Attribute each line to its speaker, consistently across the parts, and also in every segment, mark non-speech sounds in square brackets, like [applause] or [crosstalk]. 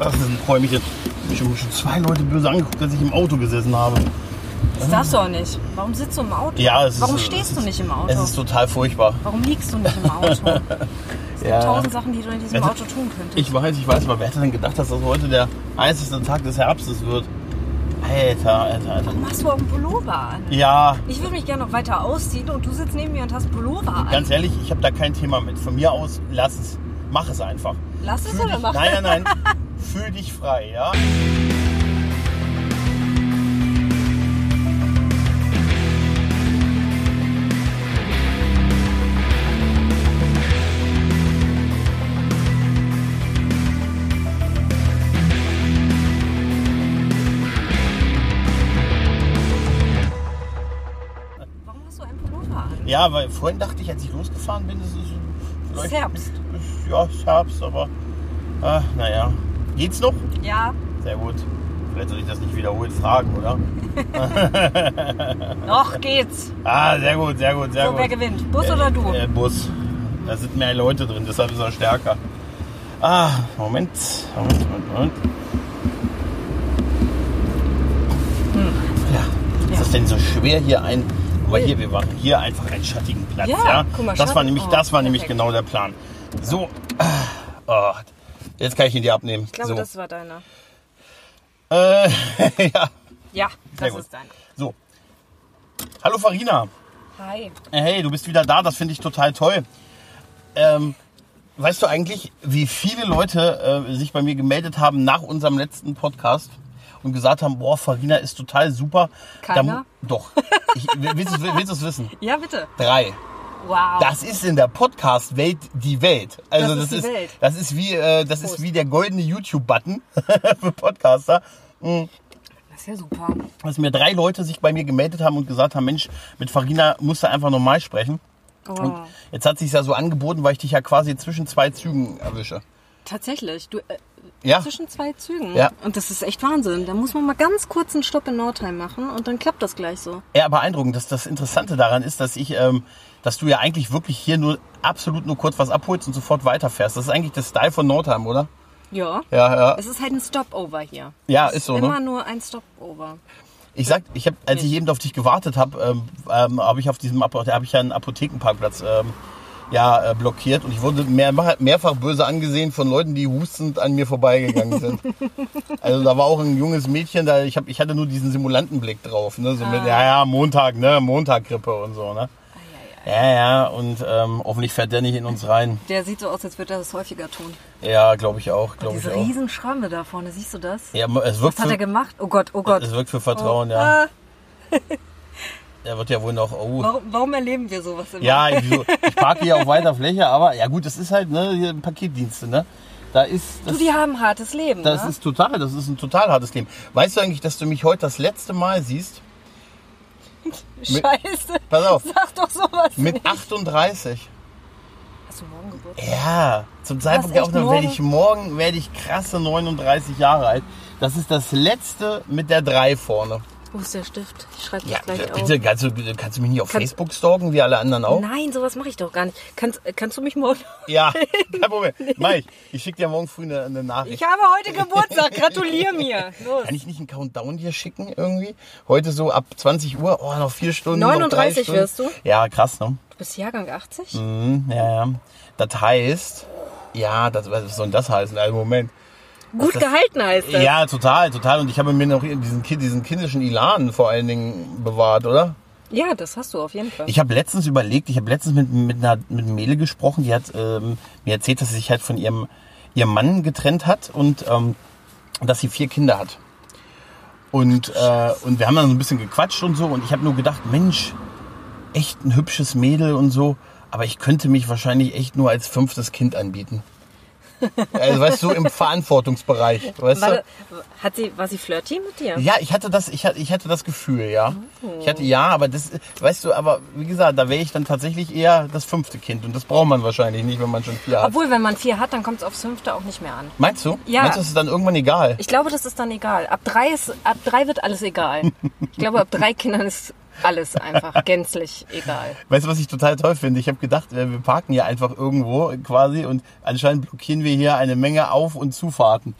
Speaker 1: Ach, ich freue mich jetzt. Ich habe schon zwei Leute böse angeguckt, dass ich im Auto gesessen habe.
Speaker 2: Das darfst du auch nicht. Warum sitzt du im Auto?
Speaker 1: Hm? Ja, es ist-
Speaker 2: Warum
Speaker 1: es
Speaker 2: stehst
Speaker 1: ist-
Speaker 2: du nicht im
Speaker 1: Es
Speaker 2: Auto?
Speaker 1: ist total furchtbar.
Speaker 2: Warum liegst du nicht
Speaker 1: [laughs]
Speaker 2: im Auto? Es gibt
Speaker 1: Ja.
Speaker 2: tausend Sachen, die du in diesem
Speaker 1: Es-
Speaker 2: Auto tun könntest.
Speaker 1: Ich weiß, ich weiß, aber wer hätte denn gedacht, dass das heute der einzigste Tag des Herbstes wird? Alter, alter, alter.
Speaker 2: Machst du auch einen Pullover an?
Speaker 1: Ja,
Speaker 2: Ich würde mich gerne noch weiter ausziehen und du sitzt neben mir und hast Pullover an.
Speaker 1: ganz ehrlich, ich habe da kein Thema mit. Von mir aus, lass es. Mach es einfach.
Speaker 2: Lass es
Speaker 1: Fühl
Speaker 2: oder
Speaker 1: dich,
Speaker 2: mach
Speaker 1: nein, nein,
Speaker 2: [laughs]
Speaker 1: nein. Fühl dich frei, ja?
Speaker 2: Warum hast du einen Pullover an?
Speaker 1: Ja, weil vorhin dachte ich, als ich losgefahren bin, es ist vielleicht-
Speaker 2: Herbst.
Speaker 1: Ist, ja, es ist Herbst, aber ah, naja. Geht's noch?
Speaker 2: Ja.
Speaker 1: Sehr gut. Vielleicht soll ich das nicht wiederholt fragen, oder?
Speaker 2: Noch geht's.
Speaker 1: Ah, sehr gut, sehr gut, sehr
Speaker 2: So,
Speaker 1: gut.
Speaker 2: wer gewinnt? Bus oder du?
Speaker 1: Äh, Bus. Da sind mehr Leute drin, deshalb ist er stärker. Ah, Moment. Moment, Moment, Moment. Ja, ist das denn so schwer hier ein. Aber hier, wir machen hier einfach einen schattigen Platz.
Speaker 2: Ja,
Speaker 1: Ja,
Speaker 2: guck mal,
Speaker 1: das war
Speaker 2: Schatten-
Speaker 1: nämlich,
Speaker 2: oh,
Speaker 1: das war nämlich
Speaker 2: perfekt.
Speaker 1: genau der Plan. So. ah, Oh, jetzt kann ich ihn dir abnehmen.
Speaker 2: Ich glaube,
Speaker 1: so.
Speaker 2: das war deiner.
Speaker 1: äh, [laughs] ja.
Speaker 2: Ja, das
Speaker 1: gut.
Speaker 2: ist deiner.
Speaker 1: So. Hallo Farina.
Speaker 2: Hi.
Speaker 1: Hey, du bist wieder da, das finde ich total toll. Ähm, weißt du eigentlich, wie viele Leute äh, sich bei mir gemeldet haben nach unserem letzten Podcast und gesagt haben, boah, Farina ist total super.
Speaker 2: Keiner?
Speaker 1: mu- doch. Ich, willst du es willst du es wissen?
Speaker 2: Ja, bitte.
Speaker 1: Drei.
Speaker 2: Wow.
Speaker 1: Das ist in der Podcast-Welt die Welt. Also
Speaker 2: Das ist die Welt.
Speaker 1: Das ist wie, äh, das
Speaker 2: Prost.
Speaker 1: ist wie der goldene YouTube-Button [laughs] für Podcaster.
Speaker 2: Das ist ja super.
Speaker 1: Dass mir drei Leute sich bei mir gemeldet haben und gesagt haben, Mensch, mit Farina musst du einfach nochmal sprechen.
Speaker 2: Oh.
Speaker 1: Jetzt hat sich ja so angeboten, weil ich dich ja quasi zwischen zwei Zügen erwische.
Speaker 2: Tatsächlich. Du, äh,
Speaker 1: Ja.
Speaker 2: zwischen zwei Zügen.
Speaker 1: Ja.
Speaker 2: Und das ist echt Wahnsinn. Da muss man mal ganz kurz einen Stopp in Nordheim machen und dann klappt das gleich so.
Speaker 1: Ja, beeindruckend. Das, das Interessante daran ist, dass ich, ähm, dass du ja eigentlich wirklich hier nur absolut nur kurz was abholst und sofort weiterfährst. Das ist eigentlich der Style von Nordheim, oder?
Speaker 2: Ja.
Speaker 1: Ja, ja.
Speaker 2: Es ist halt ein Stopover hier.
Speaker 1: Ja,
Speaker 2: Es
Speaker 1: ist so,
Speaker 2: Immer
Speaker 1: ne?
Speaker 2: nur ein Stopover.
Speaker 1: Ich sag, ich habe, als ich eben auf dich gewartet habe, ähm, ähm, habe ich auf diesem Apo- habe ich ja einen Apothekenparkplatz ähm, ja äh, blockiert und ich wurde mehr, mehrfach böse angesehen von Leuten, die hustend an mir vorbeigegangen
Speaker 2: [laughs]
Speaker 1: sind. also da war auch ein junges Mädchen, da ich habe, ich hatte nur diesen Simulantenblick drauf, ne, so
Speaker 2: Ah.
Speaker 1: mit ja ja Montag, ne, Montaggrippe und so, ne. Ja, ja, und ähm, hoffentlich fährt der nicht in uns rein.
Speaker 2: Der sieht so aus, als würde er das häufiger tun.
Speaker 1: Ja, glaube ich auch, glaube ich
Speaker 2: Diese
Speaker 1: auch.
Speaker 2: riesen Schramme da vorne, siehst du das?
Speaker 1: Ja, es wirkt,
Speaker 2: Was hat er
Speaker 1: für,
Speaker 2: gemacht? Oh Gott, oh Gott.
Speaker 1: es wirkt für Vertrauen,
Speaker 2: oh,
Speaker 1: Äh, ja.
Speaker 2: ah,
Speaker 1: Er wird ja wohl noch, oh,
Speaker 2: warum, warum erleben wir sowas immer?
Speaker 1: Ja, ich, so, ich parke hier auf weiter Fläche, aber ja gut, das ist halt ne, hier Paketdienste, ne? Da ist
Speaker 2: Du,
Speaker 1: das,
Speaker 2: die haben hartes Leben.
Speaker 1: das
Speaker 2: ne?
Speaker 1: ist total, das ist ein total hartes Leben. Weißt du eigentlich, dass du mich heute das letzte Mal siehst?
Speaker 2: Scheiße. [laughs]
Speaker 1: Pass auf.
Speaker 2: Sag doch sowas.
Speaker 1: Mit 38.
Speaker 2: Hast du morgen Geburtstag?
Speaker 1: Ja, zum Zeitpunkt der
Speaker 2: echt
Speaker 1: Aufnahme werde
Speaker 2: morgen?
Speaker 1: ich morgen werde ich krasse 39 Jahre alt. Das ist das letzte mit der 3 vorne.
Speaker 2: Wo ist der Stift? Ich schreibe das
Speaker 1: Ja,
Speaker 2: gleich auf.
Speaker 1: bitte, genau. kannst du, bitte, kannst du mich nicht auf
Speaker 2: Kann-
Speaker 1: Facebook stalken, wie alle anderen auch?
Speaker 2: Nein, sowas mache ich doch gar nicht. Kannst, äh, kannst du mich morgen... [laughs]
Speaker 1: Ja, kein Problem. Mach ich. Ich schicke dir morgen früh eine, eine Nachricht.
Speaker 2: Ich habe heute Geburtstag, gratulier mir. Los.
Speaker 1: Kann ich nicht einen Countdown hier schicken irgendwie? Heute so ab 20 Uhr, oh, noch vier Stunden. noch
Speaker 2: 39
Speaker 1: drei
Speaker 2: wirst
Speaker 1: Stunden. Ja, krass, ne?
Speaker 2: Du bist Jahrgang 80?
Speaker 1: Mhm, ja, ja. Das heißt, ja, das, was soll denn das heißen? Also Moment.
Speaker 2: Gut gehalten heißt das.
Speaker 1: Ja, total, total. Und ich habe mir noch diesen, Ki- diesen kindischen Ilan vor allen Dingen bewahrt, oder?
Speaker 2: Ja, das hast du auf jeden Fall.
Speaker 1: Ich habe letztens überlegt, ich habe letztens mit, mit einer mit einem Mädel gesprochen, die hat ähm, mir erzählt, dass sie sich halt von ihrem, ihrem Mann getrennt hat und ähm, dass sie vier Kinder hat. Und, äh, und wir haben dann so ein bisschen gequatscht und so und ich habe nur gedacht, Mensch, echt ein hübsches Mädel und so, aber ich könnte mich wahrscheinlich echt nur als fünftes Kind anbieten. Also weißt du, im Verantwortungsbereich, weißt du?
Speaker 2: War, hat sie, war sie flirty mit dir?
Speaker 1: Ja, ich hatte das, ich hatte, ich hatte das Gefühl, ja. Ich hatte, ja, aber das, weißt du, aber wie gesagt, da wäre ich dann tatsächlich eher das fünfte Kind und das braucht man wahrscheinlich nicht, wenn man schon vier hat.
Speaker 2: Obwohl, wenn man vier hat, dann kommt es aufs fünfte auch nicht mehr an.
Speaker 1: Meinst du?
Speaker 2: Ja.
Speaker 1: Meinst du, es ist dann irgendwann egal?
Speaker 2: Ich glaube, das ist dann egal. Ab drei, ist, ab drei wird alles egal. Ich glaube, ab drei Kindern ist
Speaker 1: [laughs]
Speaker 2: alles einfach gänzlich egal.
Speaker 1: Weißt du, was ich total toll finde? Ich habe gedacht, äh, wir parken hier einfach irgendwo äh, quasi und anscheinend blockieren wir hier eine Menge Auf- und Zufahrten.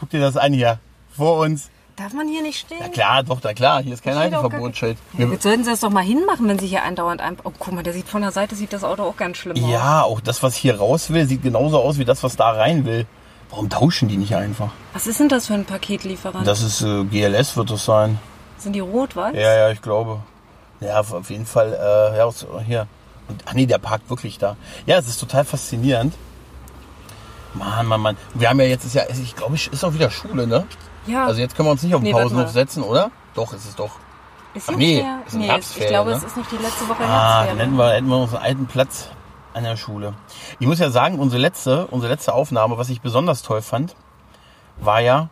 Speaker 1: Guck dir das an hier. Vor uns.
Speaker 2: Darf man hier nicht stehen?
Speaker 1: Na klar, doch, na klar. Hier ist kein
Speaker 2: Steht auch gar
Speaker 1: Halteverbotsschild.
Speaker 2: Ja, Jetzt sollten sie das doch mal hinmachen, wenn sie hier andauernd ein... Oh, guck mal, der sieht von der Seite sieht das Auto auch ganz schlimm aus.
Speaker 1: Ja, auch das, was hier raus will, sieht genauso aus wie das, was da rein will. Warum tauschen die nicht einfach?
Speaker 2: Was ist denn das für ein Paketlieferant?
Speaker 1: Das ist äh, GLS, wird das sein.
Speaker 2: Sind die rot-weiß?
Speaker 1: Ja, ja, ich glaube. Ja, auf auf jeden Fall. Äh, ja, aus- hier. Und, ach nee, der parkt wirklich da. Ja, es ist total faszinierend. Mann, Mann, Mann. Wir haben ja jetzt, ist ja, ich glaube, es ist auch wieder Schule, ne?
Speaker 2: Ja.
Speaker 1: Also jetzt können wir uns nicht auf den
Speaker 2: Nee, warte
Speaker 1: Pausenhof
Speaker 2: mal.
Speaker 1: setzen, oder? Doch, ist es doch.
Speaker 2: Ist
Speaker 1: Ach,
Speaker 2: jetzt
Speaker 1: nee,
Speaker 2: hier-
Speaker 1: ist ein
Speaker 2: nee, ich
Speaker 1: Herbstferien,
Speaker 2: glaube,
Speaker 1: ne?
Speaker 2: es ist noch die letzte Woche
Speaker 1: Ah, dann hätten
Speaker 2: Herbstferien.
Speaker 1: wir, hätten wir unseren alten Platz an der Schule. Ich muss ja sagen, unsere letzte, unsere letzte Aufnahme, was ich besonders toll fand, war ja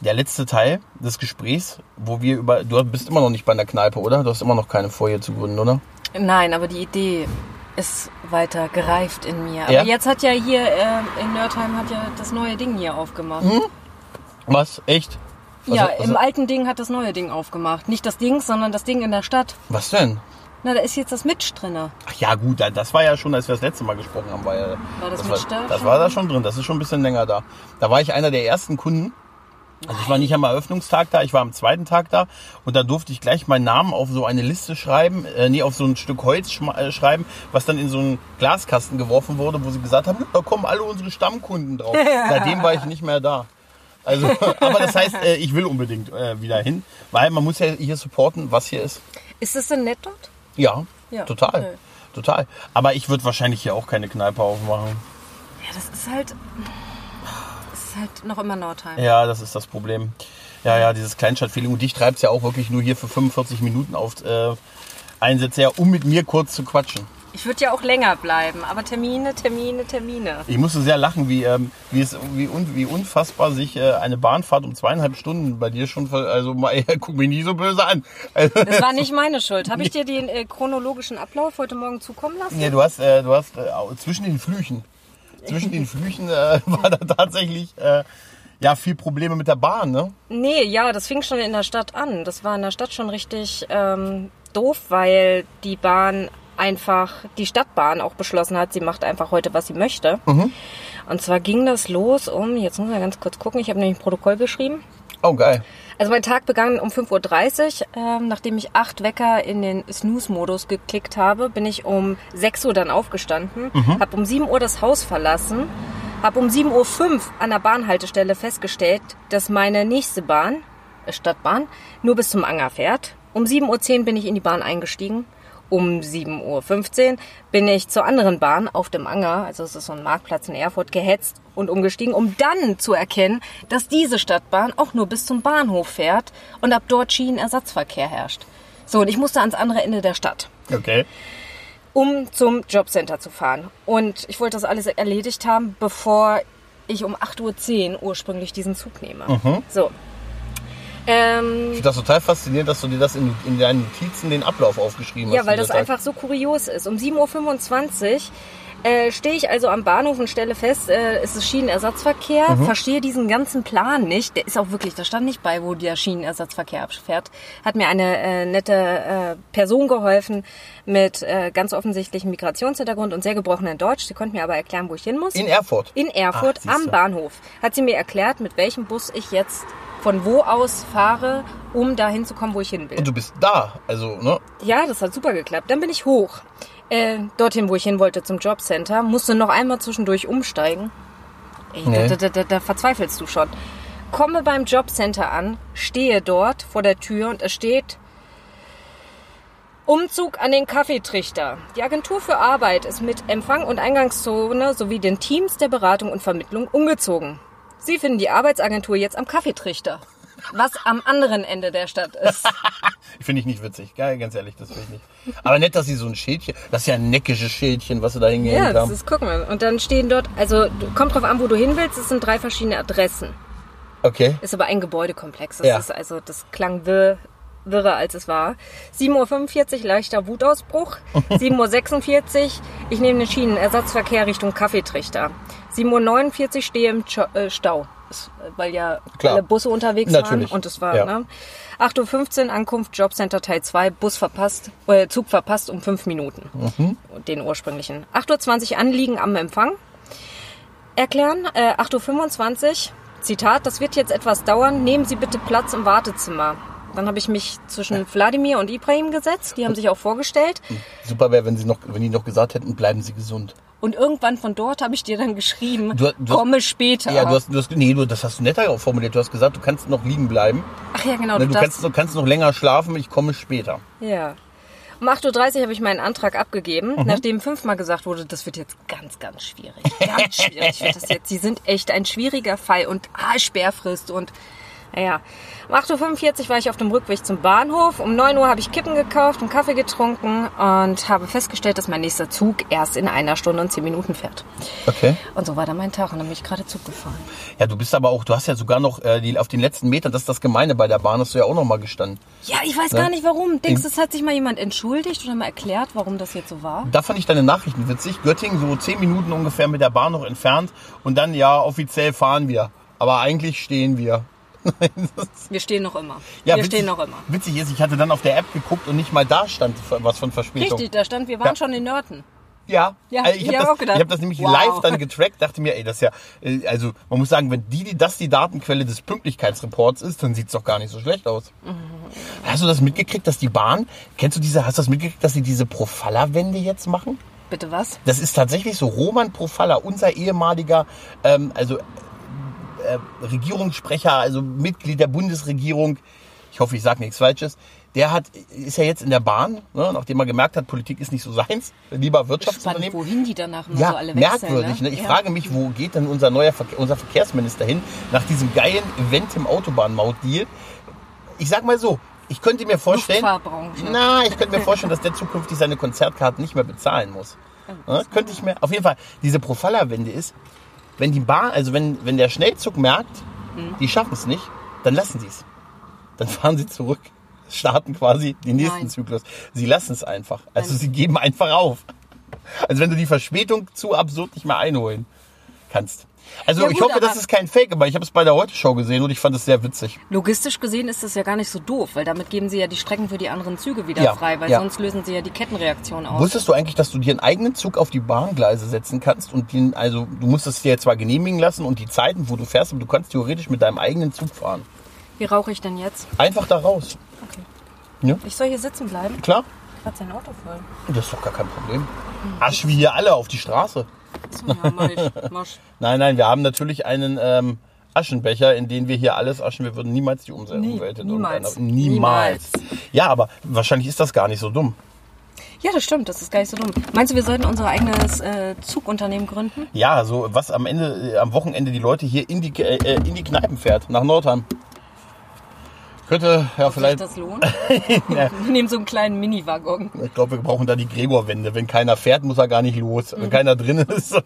Speaker 1: der letzte Teil des Gesprächs, wo wir über. Du bist immer noch nicht bei einer Kneipe, oder? Du hast immer noch keine Folie zu gründen, oder?
Speaker 2: Nein, aber die Idee ist weiter gereift in mir. Aber
Speaker 1: Ja?
Speaker 2: jetzt hat ja hier äh, in Nördheim hat ja das neue Ding hier aufgemacht.
Speaker 1: Was? Echt? Hm? Was,
Speaker 2: ja,
Speaker 1: was,
Speaker 2: im alten Ding hat das neue Ding aufgemacht. Nicht das Ding, sondern das Ding in der Stadt.
Speaker 1: was denn?
Speaker 2: Na, da ist jetzt das Mitch drinne.
Speaker 1: Ach ja, gut, da- das war ja schon, als wir das letzte Mal gesprochen haben. War, ja,
Speaker 2: War das mit
Speaker 1: war,
Speaker 2: Stör
Speaker 1: das
Speaker 2: schon
Speaker 1: war da
Speaker 2: drin?
Speaker 1: schon drin, das ist schon ein bisschen länger da. Da war ich einer der ersten Kunden. Also ich war nicht am Eröffnungstag da, ich war am zweiten Tag da und da durfte ich gleich meinen Namen auf so eine Liste schreiben, äh, nee, auf so ein Stück Holz schma- äh, schreiben, was dann in so einen Glaskasten geworfen wurde, wo sie gesagt haben, da kommen alle unsere Stammkunden
Speaker 2: [laughs]
Speaker 1: drauf. Seitdem war ich nicht mehr da. Also, [laughs] aber das heißt, äh, ich will unbedingt äh, wieder hin, weil man muss ja hier supporten, was hier ist.
Speaker 2: Ist das denn nett dort?
Speaker 1: Ja,
Speaker 2: Ja,
Speaker 1: total.
Speaker 2: okay.
Speaker 1: Total. Aber ich würde wahrscheinlich hier auch keine Kneipe aufmachen.
Speaker 2: Ja, das ist halt. Das ist halt noch immer Nordheim.
Speaker 1: Ja, das ist das Problem. Ja, ja, dieses Kleinstadtfeeling. Und dich treibt's ja auch wirklich nur hier für 45 Minuten auf äh, Einsätze her, um mit mir kurz zu quatschen.
Speaker 2: Ich würde ja auch länger bleiben, aber Termine, Termine, Termine.
Speaker 1: Ich musste sehr lachen, wie, ähm, wie, es, wie, un, wie unfassbar sich äh, eine Bahnfahrt um zweieinhalb Stunden bei dir schon. ver- Also, mal, [laughs] guck mich nie so böse an. Also, [laughs]
Speaker 2: Das war nicht meine Schuld. Habe ich dir den äh, chronologischen Ablauf heute Morgen zukommen lassen?
Speaker 1: Nee, du hast, äh, du hast äh, au- zwischen den Flüchen. Zwischen den Flüchen äh, [laughs] war da tatsächlich äh, ja, viel Probleme mit der Bahn, ne?
Speaker 2: Nee, ja, das fing schon in der Stadt an. Das war in der Stadt schon richtig ähm, doof, weil die Bahn einfach, die Stadtbahn auch beschlossen hat, sie macht einfach heute, was sie möchte. Und zwar ging das los um, jetzt muss ich mal ganz kurz gucken, ich habe nämlich ein Protokoll geschrieben.
Speaker 1: Oh, geil.
Speaker 2: Also mein Tag begann um 5.30 Uhr. Ähm, nachdem ich acht Wecker in den Snooze-Modus geklickt habe, bin ich um 6 Uhr dann aufgestanden, habe um 7 Uhr das Haus verlassen, habe um 7.05 Uhr an der Bahnhaltestelle festgestellt, dass meine nächste Bahn, äh, Stadtbahn, nur bis zum Anger fährt. Um 7.10 Uhr bin ich in die Bahn eingestiegen. Um 7.15 Uhr bin ich zur anderen Bahn auf dem Anger, also es ist so ein Marktplatz in Erfurt, gehetzt und umgestiegen, um dann zu erkennen, dass diese Stadtbahn auch nur bis zum Bahnhof fährt und ab dort Schienenersatzverkehr herrscht. So, und ich musste ans andere Ende der Stadt
Speaker 1: Okay.
Speaker 2: um zum Jobcenter zu fahren. Und ich wollte das alles erledigt haben, bevor ich um 8.10 Uhr ursprünglich diesen Zug nehme. So. Ähm,
Speaker 1: Ich finde das total faszinierend, dass du dir das in, in deinen Notizen den Ablauf aufgeschrieben hast.
Speaker 2: ja, weil
Speaker 1: wie
Speaker 2: das
Speaker 1: der Tag-
Speaker 2: einfach so kurios ist. Um 7.25 Uhr äh, stehe ich also am Bahnhof und stelle fest, äh, es ist Schienenersatzverkehr,
Speaker 1: Mhm.
Speaker 2: verstehe diesen ganzen Plan nicht. Der ist auch wirklich, da stand nicht bei, wo der Schienenersatzverkehr abfährt. Hat mir eine äh, nette äh, Person geholfen mit äh, ganz offensichtlichem Migrationshintergrund und sehr gebrochenen Deutsch. Sie konnte mir aber erklären, wo ich hin muss.
Speaker 1: In Erfurt.
Speaker 2: In Erfurt
Speaker 1: Ach, siehste.
Speaker 2: am Bahnhof hat sie mir erklärt, mit welchem Bus ich jetzt von wo aus fahre, um dahin zu kommen, wo ich hin will.
Speaker 1: Und du bist da. Also, ne?
Speaker 2: Ja, das hat super geklappt. Dann bin ich hoch. Äh, dorthin, wo ich hin wollte, zum Jobcenter. Musste noch einmal zwischendurch umsteigen. Ey,
Speaker 1: Nee.
Speaker 2: da, da, da, da verzweifelst du schon. Komme beim Jobcenter an, stehe dort vor der Tür und es steht Umzug an den Kaffeetrichter. Die Agentur für Arbeit ist mit Empfang und Eingangszone sowie den Teams der Beratung und Vermittlung umgezogen. Sie finden die Arbeitsagentur jetzt am Kaffeetrichter, was am anderen Ende der Stadt ist.
Speaker 1: Finde ich nicht witzig. Geil, ganz ehrlich, das finde ich nicht. Aber nett, dass sie so ein Schildchen. Das ist ja ein neckisches Schildchen, was sie da hingehängt
Speaker 2: Ja, das
Speaker 1: haben.
Speaker 2: ist, gucken wir. Und dann stehen dort, also du- kommt drauf an, wo du hin willst, es sind drei verschiedene Adressen.
Speaker 1: Okay.
Speaker 2: Ist aber ein Gebäudekomplex. Das
Speaker 1: Ja.
Speaker 2: ist also, das klang wirr, wirrer, als es war. 7.45 Uhr
Speaker 1: [laughs]
Speaker 2: leichter Wutausbruch. 7.46 Uhr, ich nehme den Schienenersatzverkehr Richtung Kaffeetrichter. 7.49 Uhr stehe im Jo- äh, Stau. Ist, äh, Weil ja
Speaker 1: Klar.
Speaker 2: alle Busse unterwegs
Speaker 1: Natürlich.
Speaker 2: waren und es war,
Speaker 1: Ja.
Speaker 2: ne? 8.15 Uhr Ankunft Jobcenter Teil 2, Bus verpasst, äh, Zug verpasst um 5 Minuten.
Speaker 1: Mhm.
Speaker 2: Den ursprünglichen. 8.20 Uhr Anliegen am Empfang erklären. Äh, 8.25 Uhr Zitat, das wird jetzt etwas dauern, nehmen Sie bitte Platz im Wartezimmer. Dann habe ich mich zwischen Wladimir und Ibrahim gesetzt, die haben sich auch vorgestellt.
Speaker 1: Super wäre, wenn, sie noch- wenn die noch gesagt hätten, bleiben Sie gesund.
Speaker 2: Und irgendwann von dort habe ich dir dann geschrieben,
Speaker 1: Du- du-
Speaker 2: komme später.
Speaker 1: Ja, du hast, du hast, nee, du, das hast du netter formuliert. Du hast gesagt, du kannst noch liegen bleiben.
Speaker 2: Ach ja, genau.
Speaker 1: Ne, du
Speaker 2: darfst-
Speaker 1: kannst, du kannst noch länger schlafen, ich komme später.
Speaker 2: Ja. Um 8.30 Uhr habe ich meinen Antrag abgegeben, nachdem fünfmal gesagt wurde, das wird jetzt ganz, ganz schwierig. Ganz schwierig wird das jetzt. Sie sind echt ein schwieriger Fall und ah, Sperrfrist und naja. Um 8.45 Uhr war ich auf dem Rückweg zum Bahnhof. Um 9 Uhr habe ich Kippen gekauft und Kaffee getrunken und habe festgestellt, dass mein nächster Zug erst in einer Stunde und zehn Minuten fährt.
Speaker 1: Okay.
Speaker 2: Und so war dann mein Tag und dann bin ich gerade Zug gefahren.
Speaker 1: Ja, du bist aber auch, du hast ja sogar noch äh, die, auf den letzten Metern, das ist das Gemeine bei der Bahn, hast du ja auch noch mal gestanden.
Speaker 2: Ja, ich weiß
Speaker 1: Ne?
Speaker 2: gar nicht warum. Denkst du,
Speaker 1: In-
Speaker 2: es hat sich mal jemand entschuldigt oder mal erklärt, warum das jetzt so war?
Speaker 1: Da fand ich deine Nachrichten witzig. Göttingen so zehn Minuten ungefähr mit der Bahn noch entfernt und dann ja offiziell fahren wir, aber eigentlich stehen wir.
Speaker 2: Wir stehen noch immer.
Speaker 1: Ja,
Speaker 2: Wir
Speaker 1: witzig-
Speaker 2: stehen noch immer.
Speaker 1: Witzig ist, ich hatte dann auf der App geguckt und nicht mal da stand was von Verspätung.
Speaker 2: Richtig, da stand, wir waren
Speaker 1: Ja.
Speaker 2: schon in Nörten.
Speaker 1: Ja,
Speaker 2: Ja,
Speaker 1: also ich
Speaker 2: ich
Speaker 1: habe
Speaker 2: hab
Speaker 1: das,
Speaker 2: auch gedacht,
Speaker 1: ich hab das nämlich
Speaker 2: wow.
Speaker 1: live dann getrackt, dachte mir, ey, das ist ja, äh, also man muss sagen, wenn die, die das die Datenquelle des Pünktlichkeitsreports ist, dann sieht's doch gar nicht so schlecht aus. Hast du das mitgekriegt, dass die Bahn, kennst du diese, hast du das mitgekriegt, dass sie diese Profalla-Wände jetzt machen?
Speaker 2: Bitte was?
Speaker 1: Das ist tatsächlich so, Roman Profalla, unser ehemaliger, ähm, also äh, Regierungssprecher, also Mitglied der Bundesregierung, ich hoffe, ich sage nichts Falsches, der hat, ist ja jetzt in der Bahn, ne, nachdem er gemerkt hat, Politik ist nicht so seins, lieber
Speaker 2: Spannend,
Speaker 1: Wirtschaftsunternehmen
Speaker 2: wohin die danach immer
Speaker 1: ja,
Speaker 2: so alle wechseln.
Speaker 1: merkwürdig. Ne? Ich
Speaker 2: Ja.
Speaker 1: frage mich, wo geht denn unser neuer Verke unser Verkehrsminister hin nach diesem geilen Event im Autobahnmaut-Deal? Ich sag mal so, ich könnte mir vorstellen,
Speaker 2: Luftfahrtbranche.
Speaker 1: na, ich könnte mir vorstellen, dass der zukünftig seine Konzertkarten nicht mehr bezahlen muss.
Speaker 2: Oh,
Speaker 1: Ne? Könnte ich mir, auf jeden Fall, diese Profalla-Wende ist, wenn die Bahn, also wenn, wenn der Schnellzug merkt,
Speaker 2: Hm.
Speaker 1: die schaffen es nicht, dann lassen sie es. Dann fahren sie zurück, starten quasi den nächsten
Speaker 2: Nein.
Speaker 1: Zyklus. Sie lassen es einfach. Also sie geben einfach auf. Also wenn du die Verspätung zu absurd nicht mehr einholen kannst. Also
Speaker 2: Ja,
Speaker 1: ich
Speaker 2: gut,
Speaker 1: hoffe, das
Speaker 2: aber-
Speaker 1: ist kein Fake, aber ich habe es bei der Heute-Show gesehen und ich fand es sehr witzig.
Speaker 2: Logistisch gesehen ist das ja gar nicht so doof, weil damit geben sie ja die Strecken für die anderen Züge wieder
Speaker 1: Ja,
Speaker 2: frei, weil
Speaker 1: ja.
Speaker 2: sonst lösen sie ja die Kettenreaktion aus.
Speaker 1: Wusstest du eigentlich, dass du dir einen eigenen Zug auf die Bahngleise setzen kannst und den, also du musst es dir zwar genehmigen lassen und die Zeiten, wo du fährst, aber du kannst theoretisch mit deinem eigenen Zug fahren.
Speaker 2: Wie rauche ich denn jetzt?
Speaker 1: Einfach da raus.
Speaker 2: Okay.
Speaker 1: Ja.
Speaker 2: Ich soll hier sitzen bleiben?
Speaker 1: Klar,
Speaker 2: Hat sein Auto voll.
Speaker 1: das ist doch gar kein Problem. Asch wie hier alle auf die Straße.
Speaker 2: So, ja, mach
Speaker 1: [laughs]
Speaker 2: ich. Mosch.
Speaker 1: Nein, nein, wir haben natürlich einen ähm, Aschenbecher, in den wir hier alles aschen. Wir würden niemals die Umse-
Speaker 2: Nie-
Speaker 1: Umwelt in
Speaker 2: niemals.
Speaker 1: irgendeiner- niemals.
Speaker 2: Niemals.
Speaker 1: Ja, aber wahrscheinlich ist das gar nicht so dumm.
Speaker 2: Ja, das stimmt, das ist gar nicht so dumm. Meinst du, wir sollten unser eigenes äh, Zugunternehmen gründen?
Speaker 1: Ja, so was am Ende, äh, am Wochenende die Leute hier in die, äh, äh, in die Kneipen fährt, nach Nordheim. Könnte, ja,
Speaker 2: Ob sich
Speaker 1: vielleicht. [laughs]
Speaker 2: das lohnt? Wir nehmen so einen kleinen Mini-Waggon.
Speaker 1: Ich glaube, wir brauchen da die Gregorwende. Wenn keiner fährt, muss er gar nicht los.
Speaker 2: Mhm.
Speaker 1: Wenn keiner drin ist. [laughs]